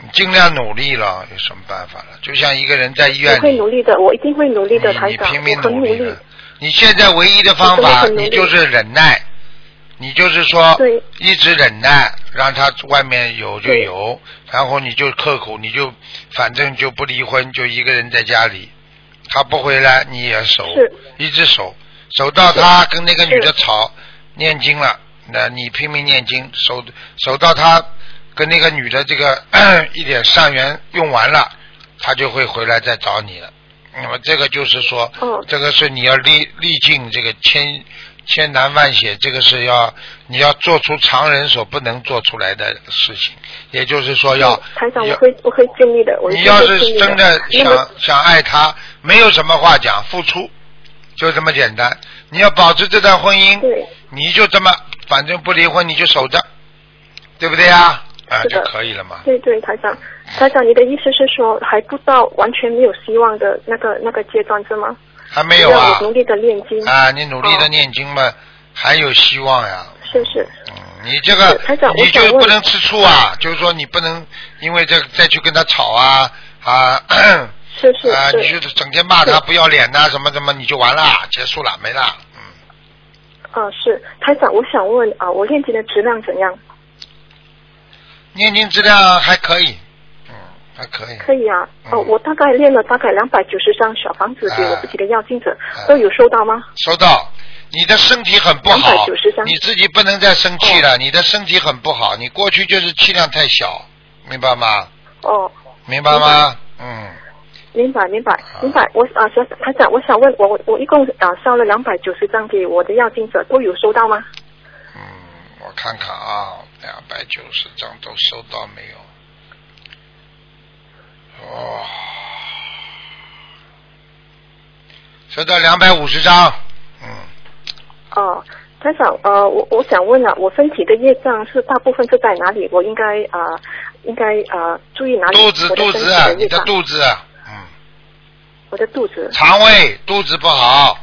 你尽量努力了，有什么办法了？就像一个人在医院
我会
里，
努力的，我一定会努力的，
你
台
你
长，
拼命
我很努
力
力
的。。你现在唯一的方
我真的
法，
很努力
你就是忍耐，你就是说
对
一直忍耐，让他外面有就有，然后你就刻苦，你就反正就不离婚，就一个人在家里，他不回来你也守
是，
一直守，守到他跟那个女的
是
吵，念经了，那你拼命念经，守守到他跟那个女的这个 一点善缘用完了，他就会回来再找你了。那么这个就是说，
嗯
这个是你要历历尽这个千千难万险，这个是要你要做出常人所不能做出来的事情，也就是说要
嗯台长，我
要
会我会尽力的，我一
你
定
要
会
是
尽力
真的
那么
想想爱他，没有什么话讲，付出就这么简单。你要保持这段婚姻，
对，
你就这么反正不离婚，你就守着，对不对呀？啊，
是
就
的
可以了嘛。
对对，台长，台长，你的意思是说还不到完全没有希望的那个那个阶段是吗？
还没有啊
要我努力的念经。
啊，你努力的
哦
念经嘛，还有希望呀。
是是，
嗯，你这个
是台长
你
我想
就
问
不能吃醋啊，就是说你不能因为这个再去跟他吵啊啊
是是
啊，你
是
就，整天骂他
是
不要脸呐、什么什么，你就完了，结束了，没了。嗯，
啊是，台长，我想问啊，我念经的质量怎样？
念经质量还可以，嗯，还可以。
可以啊，哦，
嗯
我大概练了大概两百九十张小房子给我自己的要经者
啊，
都有收到吗？
收到。你的身体很不好
290，张
你自己不能再生气
嗯
了。你的身体很不好，你过去就是气量太小，明白吗？
哦，
明白吗？嗯。
明白明白明白，我啊，小台长，我想问，我我我一共啊烧了两百九十张给我的要经者，都有收到吗？
嗯，我看看啊，两百九十张都收到没有？哦，收到两百五十张。嗯，
哦，台长，呃，我我想问啊，我身体的业障是大部分是在哪里？我应该啊、呃应该啊、呃注意哪里？
肚子
我的
肚
身体
子啊，
的
你
业
的
障，
肚子，嗯，
我的肚子，
肠胃肚子不好，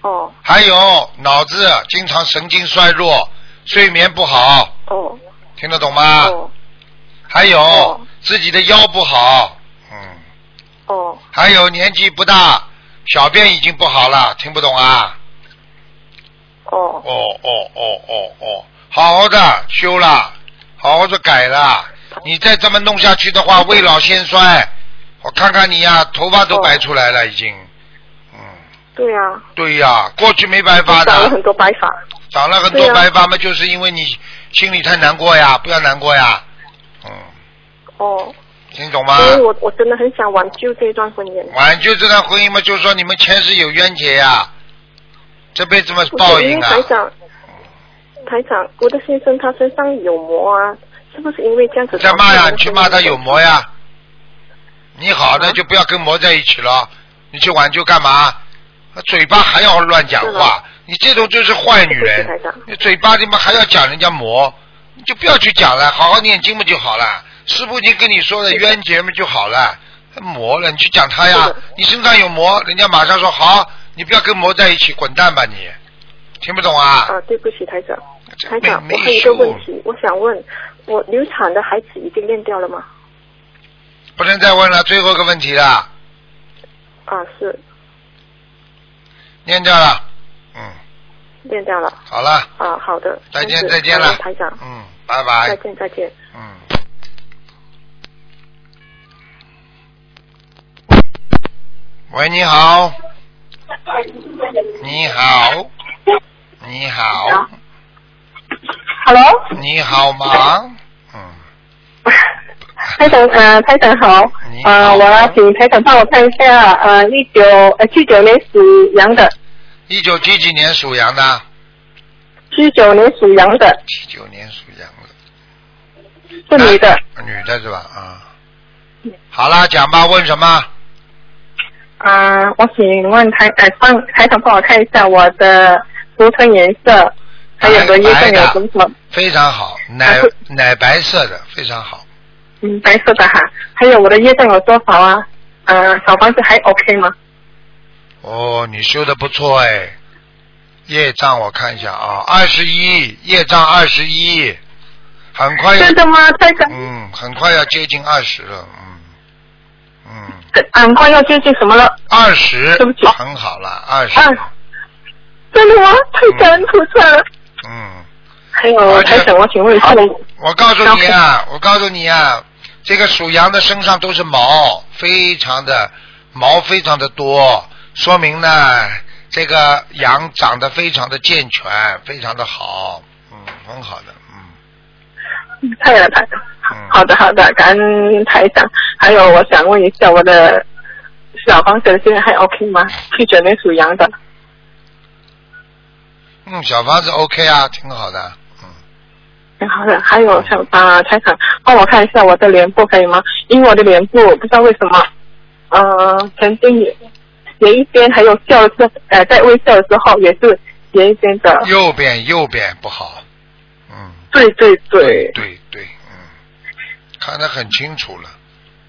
哦
还有脑子经常神经衰弱，睡眠不好，
哦
听得懂吗？
哦
还有、
哦
自己的腰不好，嗯，
哦
还有年纪不大，小便已经不好了，听不懂啊？
哦
哦哦哦哦哦，好好的修了，好好的改了。你再这么弄下去的话，
哦
未老先衰。我看看你呀、头发都白出来了，已经。嗯，
对啊，
对呀、过去没白发
我长了
的
很，多白发，
长了很
对啊
多
呀
白发嘛，就是因为你心里太难过呀，不要难过呀。嗯，
哦，
听懂吗？
所以我我真的很想挽救这一段婚姻。
挽救这段婚姻嘛，就是说你们前世有冤结呀，这辈子嘛是
不
报
是因
应
为
啊。
台长，台长，我的先生他身上有魔啊，是不是因为这样子？
你在骂呀，你去骂他有魔呀。你好，
啊
那就不要跟魔在一起了。你去挽救干嘛？嘴巴还要乱讲
是
话
的，
你这种就是坏女
对不
人
起台长。
你嘴巴里面还要讲人家魔，你就不要去讲了，好好念经不就好了？师傅已经跟你说了，冤结嘛就好了。还魔了，你去讲他呀
是的？
你身上有魔，人家马上说好，你不要跟魔在一起，滚蛋吧你！听不懂啊？
啊，对不起，台长。
这
台长，
没
我还有
没
一
修
个，问题，我想问，我流产的孩子已经练掉了吗？
不能再问了，最后一个问题了，
啊，是
念掉了，嗯，
练掉了。
好了，
啊，好的。
再见
这样子
再见了
感恩台长，
嗯，拜
再
拜，
见再见。
嗯。喂，你好。你好。你好。
Hello，
你好吗？嗯，
台长，呃，台长好
你，好
呃，我要请台长帮我看一下，呃，一九呃七九年属羊的，
一九几几年属羊的？
七九年属羊的
七九年属羊的，
是女的，
女的是吧？啊。好啦，讲吧，问什么？
啊、我请问台呃帮台长帮我看一下我的图腾颜色，还有的颜色有多少？
非常好，奶
啊不
奶白色的，非常好。
嗯，白色的哈，还有我的业障有多少啊？呃，小房子还 OK 吗？
哦，你修的不错哎。业障我看一下啊，二十一，业障二十一，很快要
真，的吗？台长，
哎嗯，很快要接近二十了，嗯，嗯，
很呃快要接近什么了？
二十
对不起，
很好了，二十，
嗯真的吗？太感恩菩萨了。
嗯，
还有台长，我请问一下我。
我告诉你啊，我告诉你啊，这个属羊的身上都是毛，非常的毛非常的多，说明呢，这个羊长得非常的健全，非常的好，嗯，很好的，嗯。
太了，台长
嗯。
好的，好的，感恩台长。还有，我想问一下，我的小房子现在还 OK 吗？去九年属羊的，
嗯，小房子 OK 啊，挺好的。嗯，
挺好的。还有想啊，台长，帮我看一下我的脸部可以吗？因为我的脸部不知道为什么，呃，曾经也有一边还有笑的时候，呃，在微笑的时候也是有一边的。
右边右边不好。嗯，
对对对，
对对，嗯，看得很清楚了。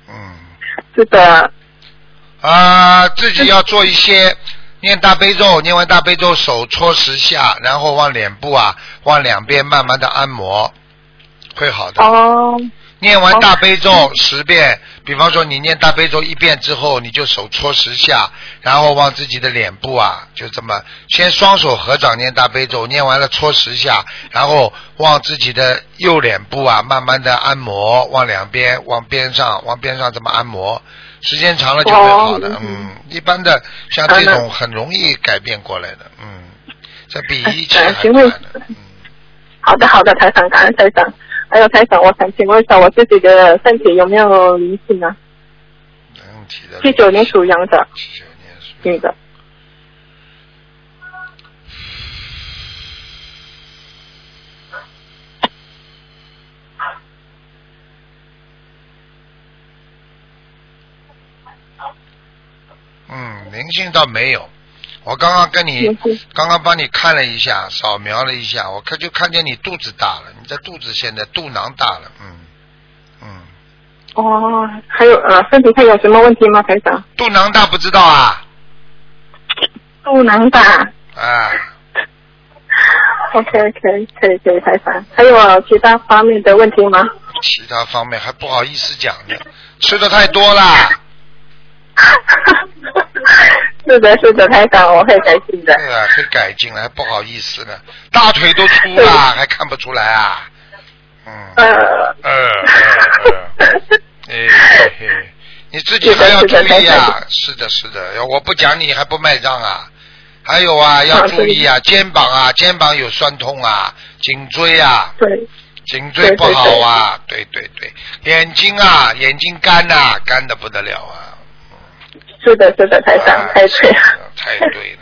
嗯，
是的，
啊，自己要做一些念大悲咒，念完大悲咒手搓十下，然后往脸部啊，往两边慢慢的按摩，会好的。
哦，
念完大悲咒十遍，比方说你念大悲咒一遍之后，你就手搓十下，然后往自己的脸部啊，就这么先双手合掌念大悲咒，念完了搓十下，然后往自己的右脸部啊，慢慢的按摩，往两边、往边上、往边上这么按摩，时间长了就会好的。
哦
嗯，一般的像这种很容易改变过来的，嗯，这比一切还
请问
难的。嗯
好的，好的，台长，感恩台长。还有台长，我想请问一下，我自己的身体有没有灵性啊？
整体的。
七九年属羊的
七九年属
女的，
嗯，灵性倒没有。我刚刚跟你
灵性
刚刚帮你看了一下，扫描了一下，我看就看见你肚子大了，你的肚子现在肚囊大了，嗯嗯，
哦，还有呃，身体上有什么问题吗，台长？
肚囊大不知道啊
肚囊大。
啊，
OK OK，可以可以，台长。还有呃其他方面的问题吗？
其他方面还不好意思讲呢，吃的太多啦，
是的，是的，台长，我会改进的。
对啊，会改进了，还不好意思呢，大腿都粗了，还看不出来啊，嗯
呃，
呃呃呃， 哎嘿嘿，你自己还要注意啊！是的，是的，要我不讲你还不卖账啊！还有啊，要注意啊，肩膀啊，肩膀有酸痛啊，颈椎啊，
对，
颈椎不好啊，对对对，眼睛啊，眼睛干呐、干的不得了啊！
是的，是的，台长
啊，
太对了
是的太对了，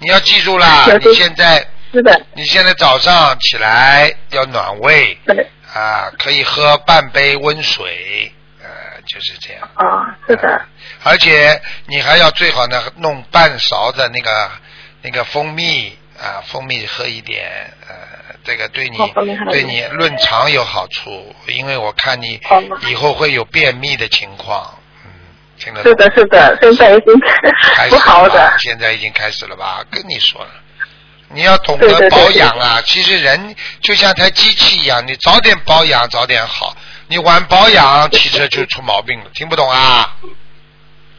你要记住啦
有，
你
对
现在
是的，
你现在早上起来要暖胃
对，
啊，可以喝半杯温水，呃，就是这样。
啊，是的，
而且你还要最好呢，弄半勺的那个那个蜂蜜啊，蜂蜜喝一点，呃，这个对你
哦蜂蜜还有
对你润肠有好处，因为我看你
好吗
以后会有便秘的情况，嗯，听得懂
是的，是的，现在已经
开始
不
了
好的
吧，现在已经开始了吧？跟你说了，你要懂
对
得
对对
保养啊。其实人就像台机器一样，你早点保养早点好，你晚保养 汽车就出毛病了。听不懂啊？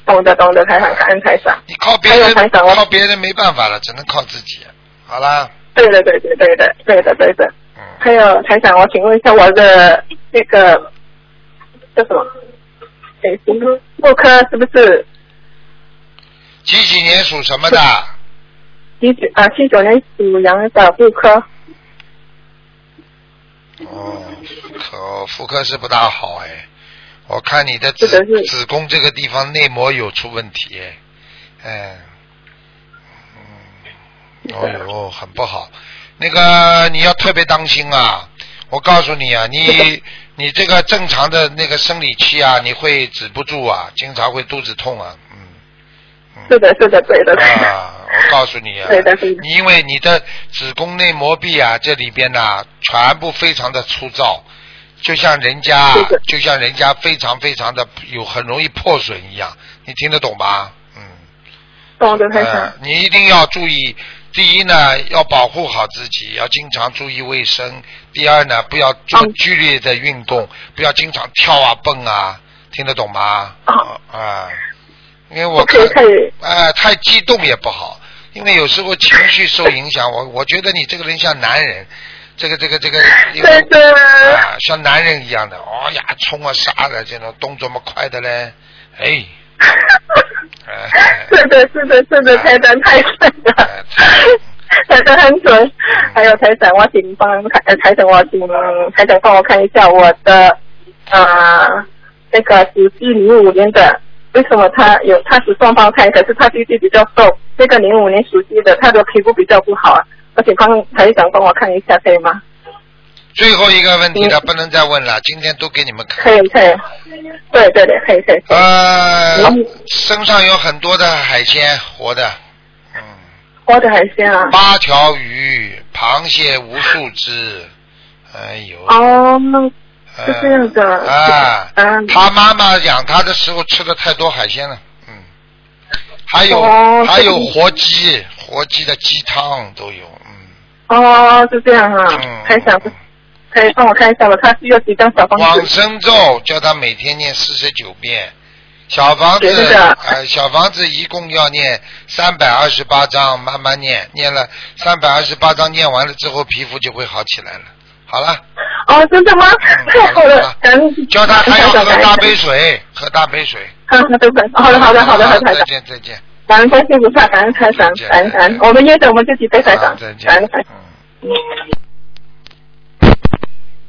懂的，懂的，台长，感恩台长。
你靠别人
还有台长我
靠别人没办法了，只能靠自己。好啦，
对的，对的，对的，对的，对的。
嗯，
还有台长，我请问一下我的那个叫什么？哎，行吗？妇科是不是
几几年属什么的？
七九啊七九年属羊的妇科？
哦，妇科妇科是不大好哎，我看你的子
是的是
子宫这个地方内膜有出问题哎，哎，嗯，哦呦，很不好，那个你要特别当心啊！我告诉你啊， 你你这个正常的那个生理期啊，你会止不住啊，经常会肚子痛啊，嗯。嗯
是的，是的，对 的。对的
啊，我告诉你啊，
对的对的
你因为你的子宫内膜壁啊，这里边呐、全部非常的粗糙，就像人家
是的
就像人家非常非常的有很容易破损一样，你听得懂吧？嗯，
懂的，台
呃
长。，
你一定要注意。第一呢，要保护好自己，要经常注意卫生。第二呢，不要做
嗯
剧烈的运动，不要经常跳啊蹦啊，听得懂吗？
哦
啊、因为我
不可以太
哎，太激动也不好，因为有时候情绪受影响。我我觉得你这个人像男人，这个这个这 个，有
真的
啊，像男人一样的，哦呀，冲啊杀的这种动作么快的嘞， 哎，哎
是的，是的，是的，台长太准了
哎，
哎台长很准。还有台长，我请帮呃台长，我请台长帮我看一下我的呃那个九七零五年的，为什么他有他是双胞胎，可是他弟弟比较瘦，那个零五年属鸡的，他的皮肤比较不好啊。我请帮台长帮我看一下，可以吗？
最后一个问题了，不能再问了，今天都给你们看
可。以，可以。对对对，可以可以。可以
呃
嗯，
身上有很多的海鲜，活的，嗯，
我的海鲜啊。
八条鱼、螃蟹无数只，哎呦，
哦，那
呃
是这样的
啊，
嗯
他妈妈养他的时候吃的太多海鲜了，嗯，还有、
哦
还有活鸡，活鸡的鸡汤都有，嗯，
哦，是这样
嗯
啊。台长，可以帮我看一下吗？他需要几张小房
往
子？
生咒叫他每天念四十九遍，小房
对对
子
的
呃小房子一共要念三百二十八章，慢慢念，念了三百二十八章念完了之后，皮肤就会好起来了。好了，
哦，真的吗？
嗯
太好
好
了
的，
感恩。
叫他还要喝
感恩
大杯。水，喝大杯水。
感恩感恩好的，好的，好的，好的，台
再
长。
见再见。
感恩观世菩萨，感恩台长
再，见
感恩感
再
恩
见。
我们约着我们自己背台长
啊，再见。
感恩台长。
嗯。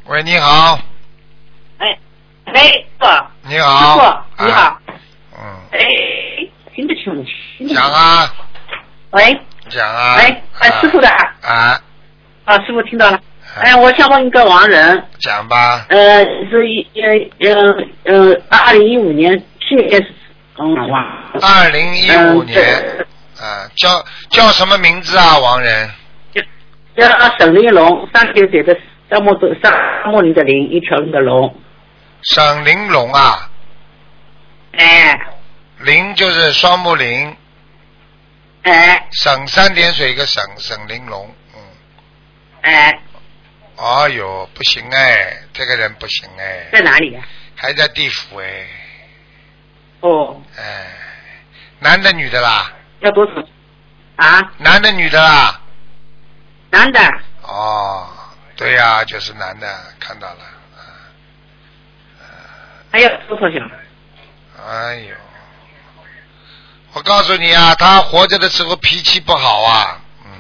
喂，你好，
哎，喂，哥，
你
师
好，
傅，你好
啊，，嗯，
哎，听得清吗？听得清
讲。啊，
喂，
讲啊，
喂，哎，师傅的啊，
啊，
啊，师傅听到了。
啊
哎，我想问一个亡人，
讲吧，
呃，是一呃呃呃，二零一五年去年，嗯，哇，
二零一五
嗯
年，啊，叫叫什么名字啊，王仁？
这啊，沈玲珑，三十六岁的沙漠的沙漠里的林，一条龙的龙，
沈玲珑啊，
哎
玲就是双木林，
哎
沈三点水一个沈，沈玲珑，嗯，
哎，
哎呦，不行哎，这个人不行哎，
在哪里啊？
还在地府哎，
哦，
哎，男的女的啦，
要多少？啊，
男的女的啦，
男的，
哦，对呀、就是男的，看到了，
还要多少小？
哎呦，我告诉你啊，他活着的时候脾气不好啊，嗯，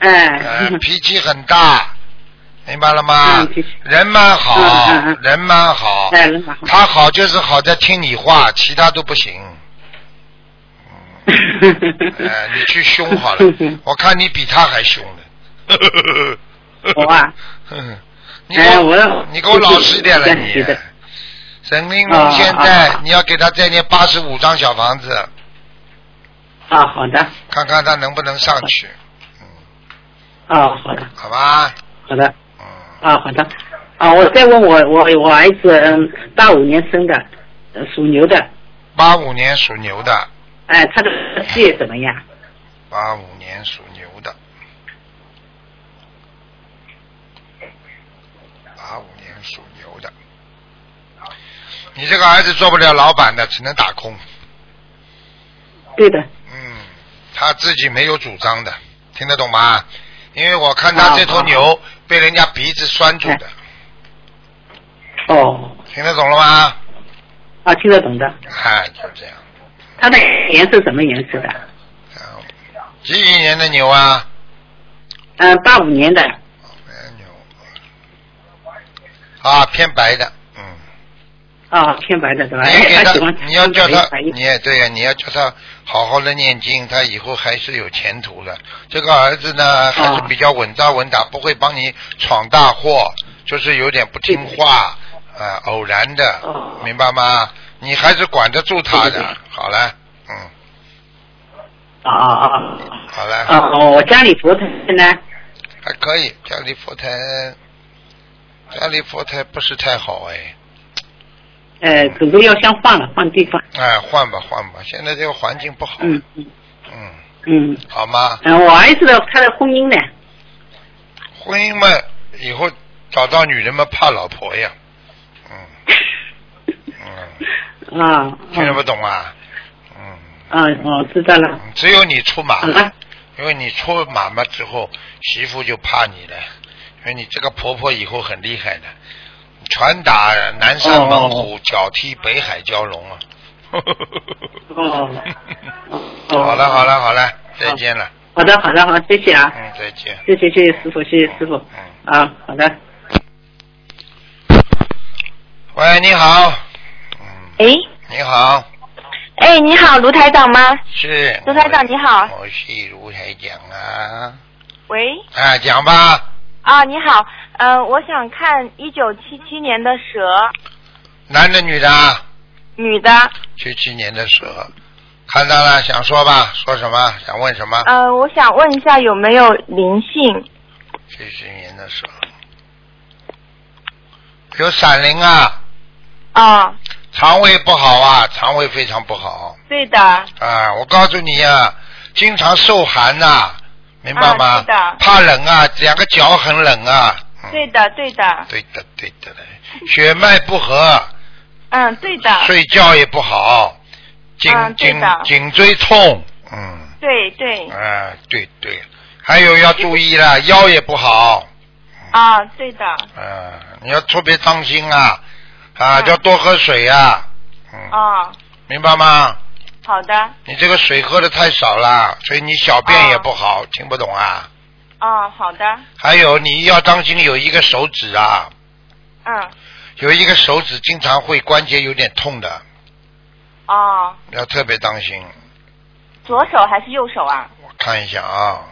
哎
呃，脾气很大，明白了吗
嗯脾气？
人蛮好
嗯嗯嗯，
人蛮好，
哎，能好。
他好就是好在听你话，其他都不行。哎，你去凶好了，我看你比他还凶呢。
我啊，
嗯， 你
哎，
给
我
我你给我老实一点了，你
是的。
沈玲
啊
珑现在
啊啊
你要给他再念八十五张小房子，
啊，好的，
看看他能不能上去，嗯
啊，好的，
好吧？
好的，
嗯，
啊，好的，啊，我再问我我我儿子，嗯，八五年生的，呃属牛的，
八五年属牛的，
哎，他的事业怎么样？
八五年属牛的，八五年属牛的，你这个儿子做不了老板的，只能打工。
对的，
嗯，他自己没有主张的，听得懂吗？因为我看他这头牛被人家鼻子拴住的，
哦，
听得懂了吗？
啊，听得懂的。
哎，就这样。
他的颜色什么颜色的？
然后几几年的牛啊？
嗯，八五年的，
白牛啊，偏白的，嗯。
啊，偏白的对吧？
你
哎
给
他喜欢
你要叫他
白，
你也对呀、你要叫他好好的念经，他以后还是有前途的。这个儿子呢，还是比较稳扎稳打，不会帮你闯大祸，就是有点不听话，呃，偶然的，
哦
明白吗？你还是管得住他的。
对对对
好了，嗯，
啊啊啊
好了，
啊！哦，我家里佛台呢，
还可以。家里佛台，家里佛台不是太好哎，
呃，准备要先换了，换地方。
哎，换吧换吧，现在这个环境不好，
嗯嗯
嗯
嗯，
好吗？
嗯，我儿子的他的婚姻呢？
婚姻嘛，以后找到女人嘛，怕老婆呀。嗯嗯，
啊，
听得
啊
不懂啊？嗯，
啊，我知道了。
只有你出马
好，了，
因为你出马嘛之后，媳妇就怕你了，因为你这个婆婆以后很厉害的，拳打南山猛虎，脚踢北海蛟龙啊。
哦，哦
好了好了好了，再见了，
好的，好的，好，谢谢啊，
嗯，再见。
谢谢，谢谢师傅，谢谢师傅
嗯，
啊，好的。
喂，你好。嗯，
哎，
你好。
哎，你好，卢台长吗？
是。
卢台长你好
我是卢台长啊。
喂，
啊，讲吧，
啊，你好，嗯、我想看一九七七年的蛇，
男的女的啊？
女的，
七七年的蛇，看到了，想说吧，说什么？想问什么？
呃，我想问一下有没有灵性？
七七年的蛇，有闪灵啊，
啊、
肠胃不好啊，肠胃非常不好
对的，啊，
啊！我告诉你呀、经常受寒呐、明白吗？
对的，
怕冷啊，两个脚很冷啊。嗯、
对的，对的，
对的，对的嘞，血脉不和，
嗯，对的，
睡觉也不好，颈、
嗯对
颈
的
颈椎痛，嗯，
对对，
啊，对对，还有要注意了，腰也不好，
啊，对的，
啊，你要特别当心啊，啊，
嗯
要多喝水啊，嗯，
啊、
明白吗？
好的，
你这个水喝的太少了，所以你小便也不好，听不懂啊？
啊、好的，
还有你要当心有一个手指啊，
嗯，
有一个手指经常会关节有点痛的，
哦，
要特别当心。
左手还是右手啊？
我看一下啊，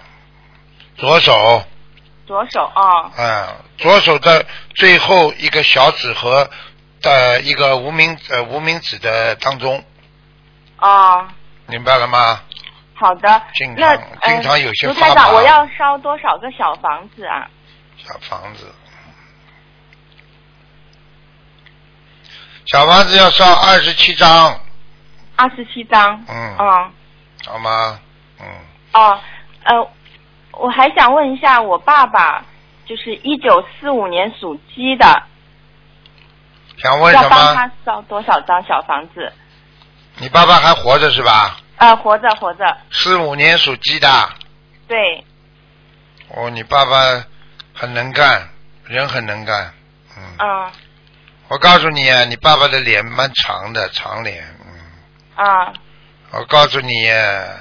左手，
左手哦，
嗯，左手的最后一个小指和呃一个无名呃无名指的当中，
哦，
明白了吗？
好的，
经
那
常经常有些
呃、卢
发
台长，
麻
我要烧多少个小房子啊？
小房子，小房子要烧二十七张，
二十七张。
嗯，
哦
好吗？嗯，
哦，呃，我还想问一下，我爸爸就是一九四五年属鸡的，
想问
要
什
帮
么
他？烧多少张小房子？
你爸爸还活着是吧？
呃，活着活着，
四五年属鸡的，
对，
哦，你爸爸很能干，人很能干，嗯。
呃
嗯
我告诉你啊，你爸爸的脸蛮长的，长脸。嗯，
呃
啊
我告诉你、啊，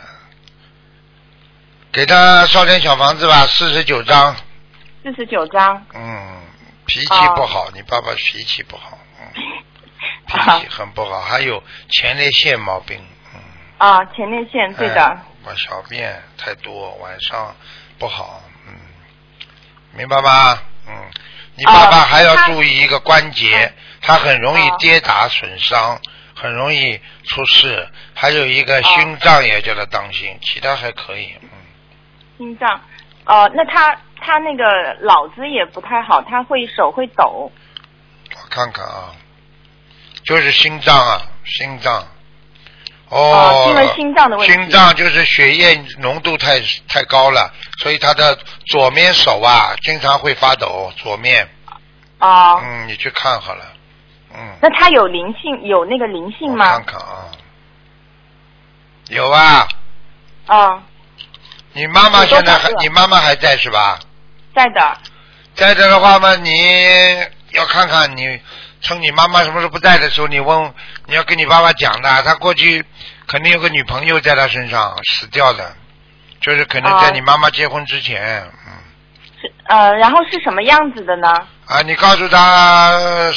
给他烧点小房子吧，四十九张。
四十九张，
嗯，脾气
哦
不好，你爸爸脾气不好，嗯，脾
好
气很不好，还有前列腺毛病。嗯，
啊，前列腺对的，
哎我小便太多，晚上不好，嗯，明白吧？嗯，你爸爸
哦
还要
他
注意一个关节，他很容易跌打损伤，很容易出事，还有一个心脏也叫他当心，其他还可以。嗯
心脏。哦、那他他那个脑子也不太好，他会手会抖。
我看看啊，就是心脏啊，心脏。
啊
哦，
呃因为心脏的问题
心脏就是血液浓度太太高了，所以他的左面手啊经常会发抖，左面。
啊、
嗯，你去看好了。嗯，
那他有灵性，有那个灵性吗
看？看啊。有啊，
啊、
你妈妈
有多
现在
少
还
个，
你妈妈还在是吧？
在的。
在这的话嘛，你要看看你，趁你妈妈什么时候不在的时候，你问你要跟你爸爸讲的，他过去肯定有个女朋友在他身上死掉的，就是可能在
哦
你妈妈结婚之前，嗯
是呃，然后是什么样子的呢？
啊，你告诉他呃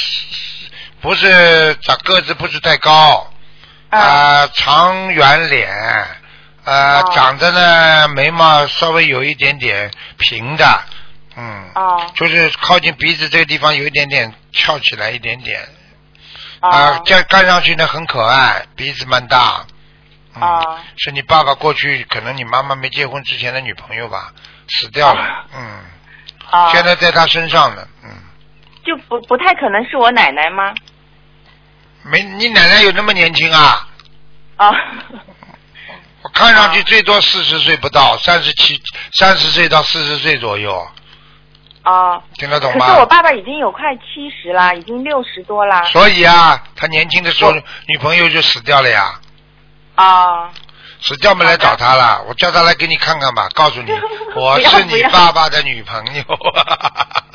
不是长个子不是太高，
呃
啊、长圆脸，呃，
哦
长得呢眉毛稍微有一点点平的，嗯，
哦
就是靠近鼻子这个地方有一点点翘起来一点点，
哦
啊、这样看上去呢很可爱，鼻子蛮大，嗯，
哦
是你爸爸过去可能你妈妈没结婚之前的女朋友吧，死掉了，
啊
嗯，
哦，
现在在他身上呢，嗯，
就不不太可能是我奶奶吗？
没你奶奶有那么年轻啊？
啊、
我看上去最多四十岁不到，三十七、三十岁到四十岁左右，
哦，
听得
可
懂
是
吗
我？爸爸已经有快七十啦，已经六十多啦。
所以啊，他年轻的时候
我
女朋友就死掉了呀，
啊、
死掉没来找他了，我叫他来给你看看吧，告诉 你我
要
是
不
你
要
爸爸的女朋友。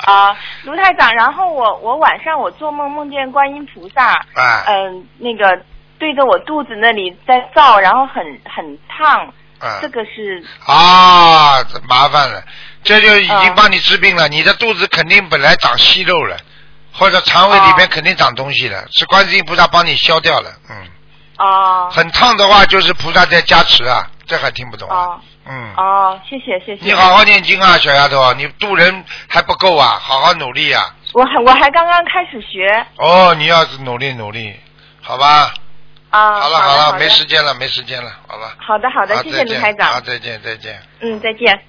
啊，卢台长，然后我我晚上我做梦梦见观音菩萨，
啊
嗯、那个对着我肚子那里在照，然后很很烫，这
嗯
个是
啊，这麻烦了，这就已经
啊
帮你治病了。你的肚子肯定本来长息肉了，或者肠胃里边
啊
肯定长东西了，是观世音菩萨帮你消掉了。嗯，
啊
很烫的话就是菩萨在加持啊，这还听不懂啊？
啊
嗯，
啊，谢谢谢谢。
你好好念经啊，小丫头，你渡人还不够啊，好好努力啊。
我还我还刚刚开始学
哦，你要是努力努力，好吧？
啊。
好了
好的
了，没。时间了，没时间了，好吧？
好的好的，谢谢
再
卢
见
台
好，
长，
再见再见。
嗯，再见。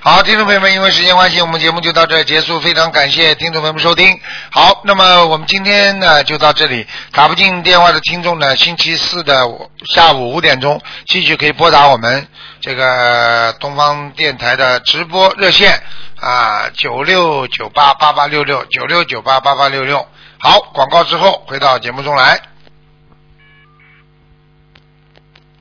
好，听众朋友们，因为时间关系，我们节目就到这儿结束。非常感谢听众朋友们收听。好，那么我们今天呢就到这里。打不进电话的听众呢，星期四的下午五点钟继续可以拨打我们这个东方电台的直播热线啊，九六九八八八六六九六九八八八六六。好，广告之后回到节目中来。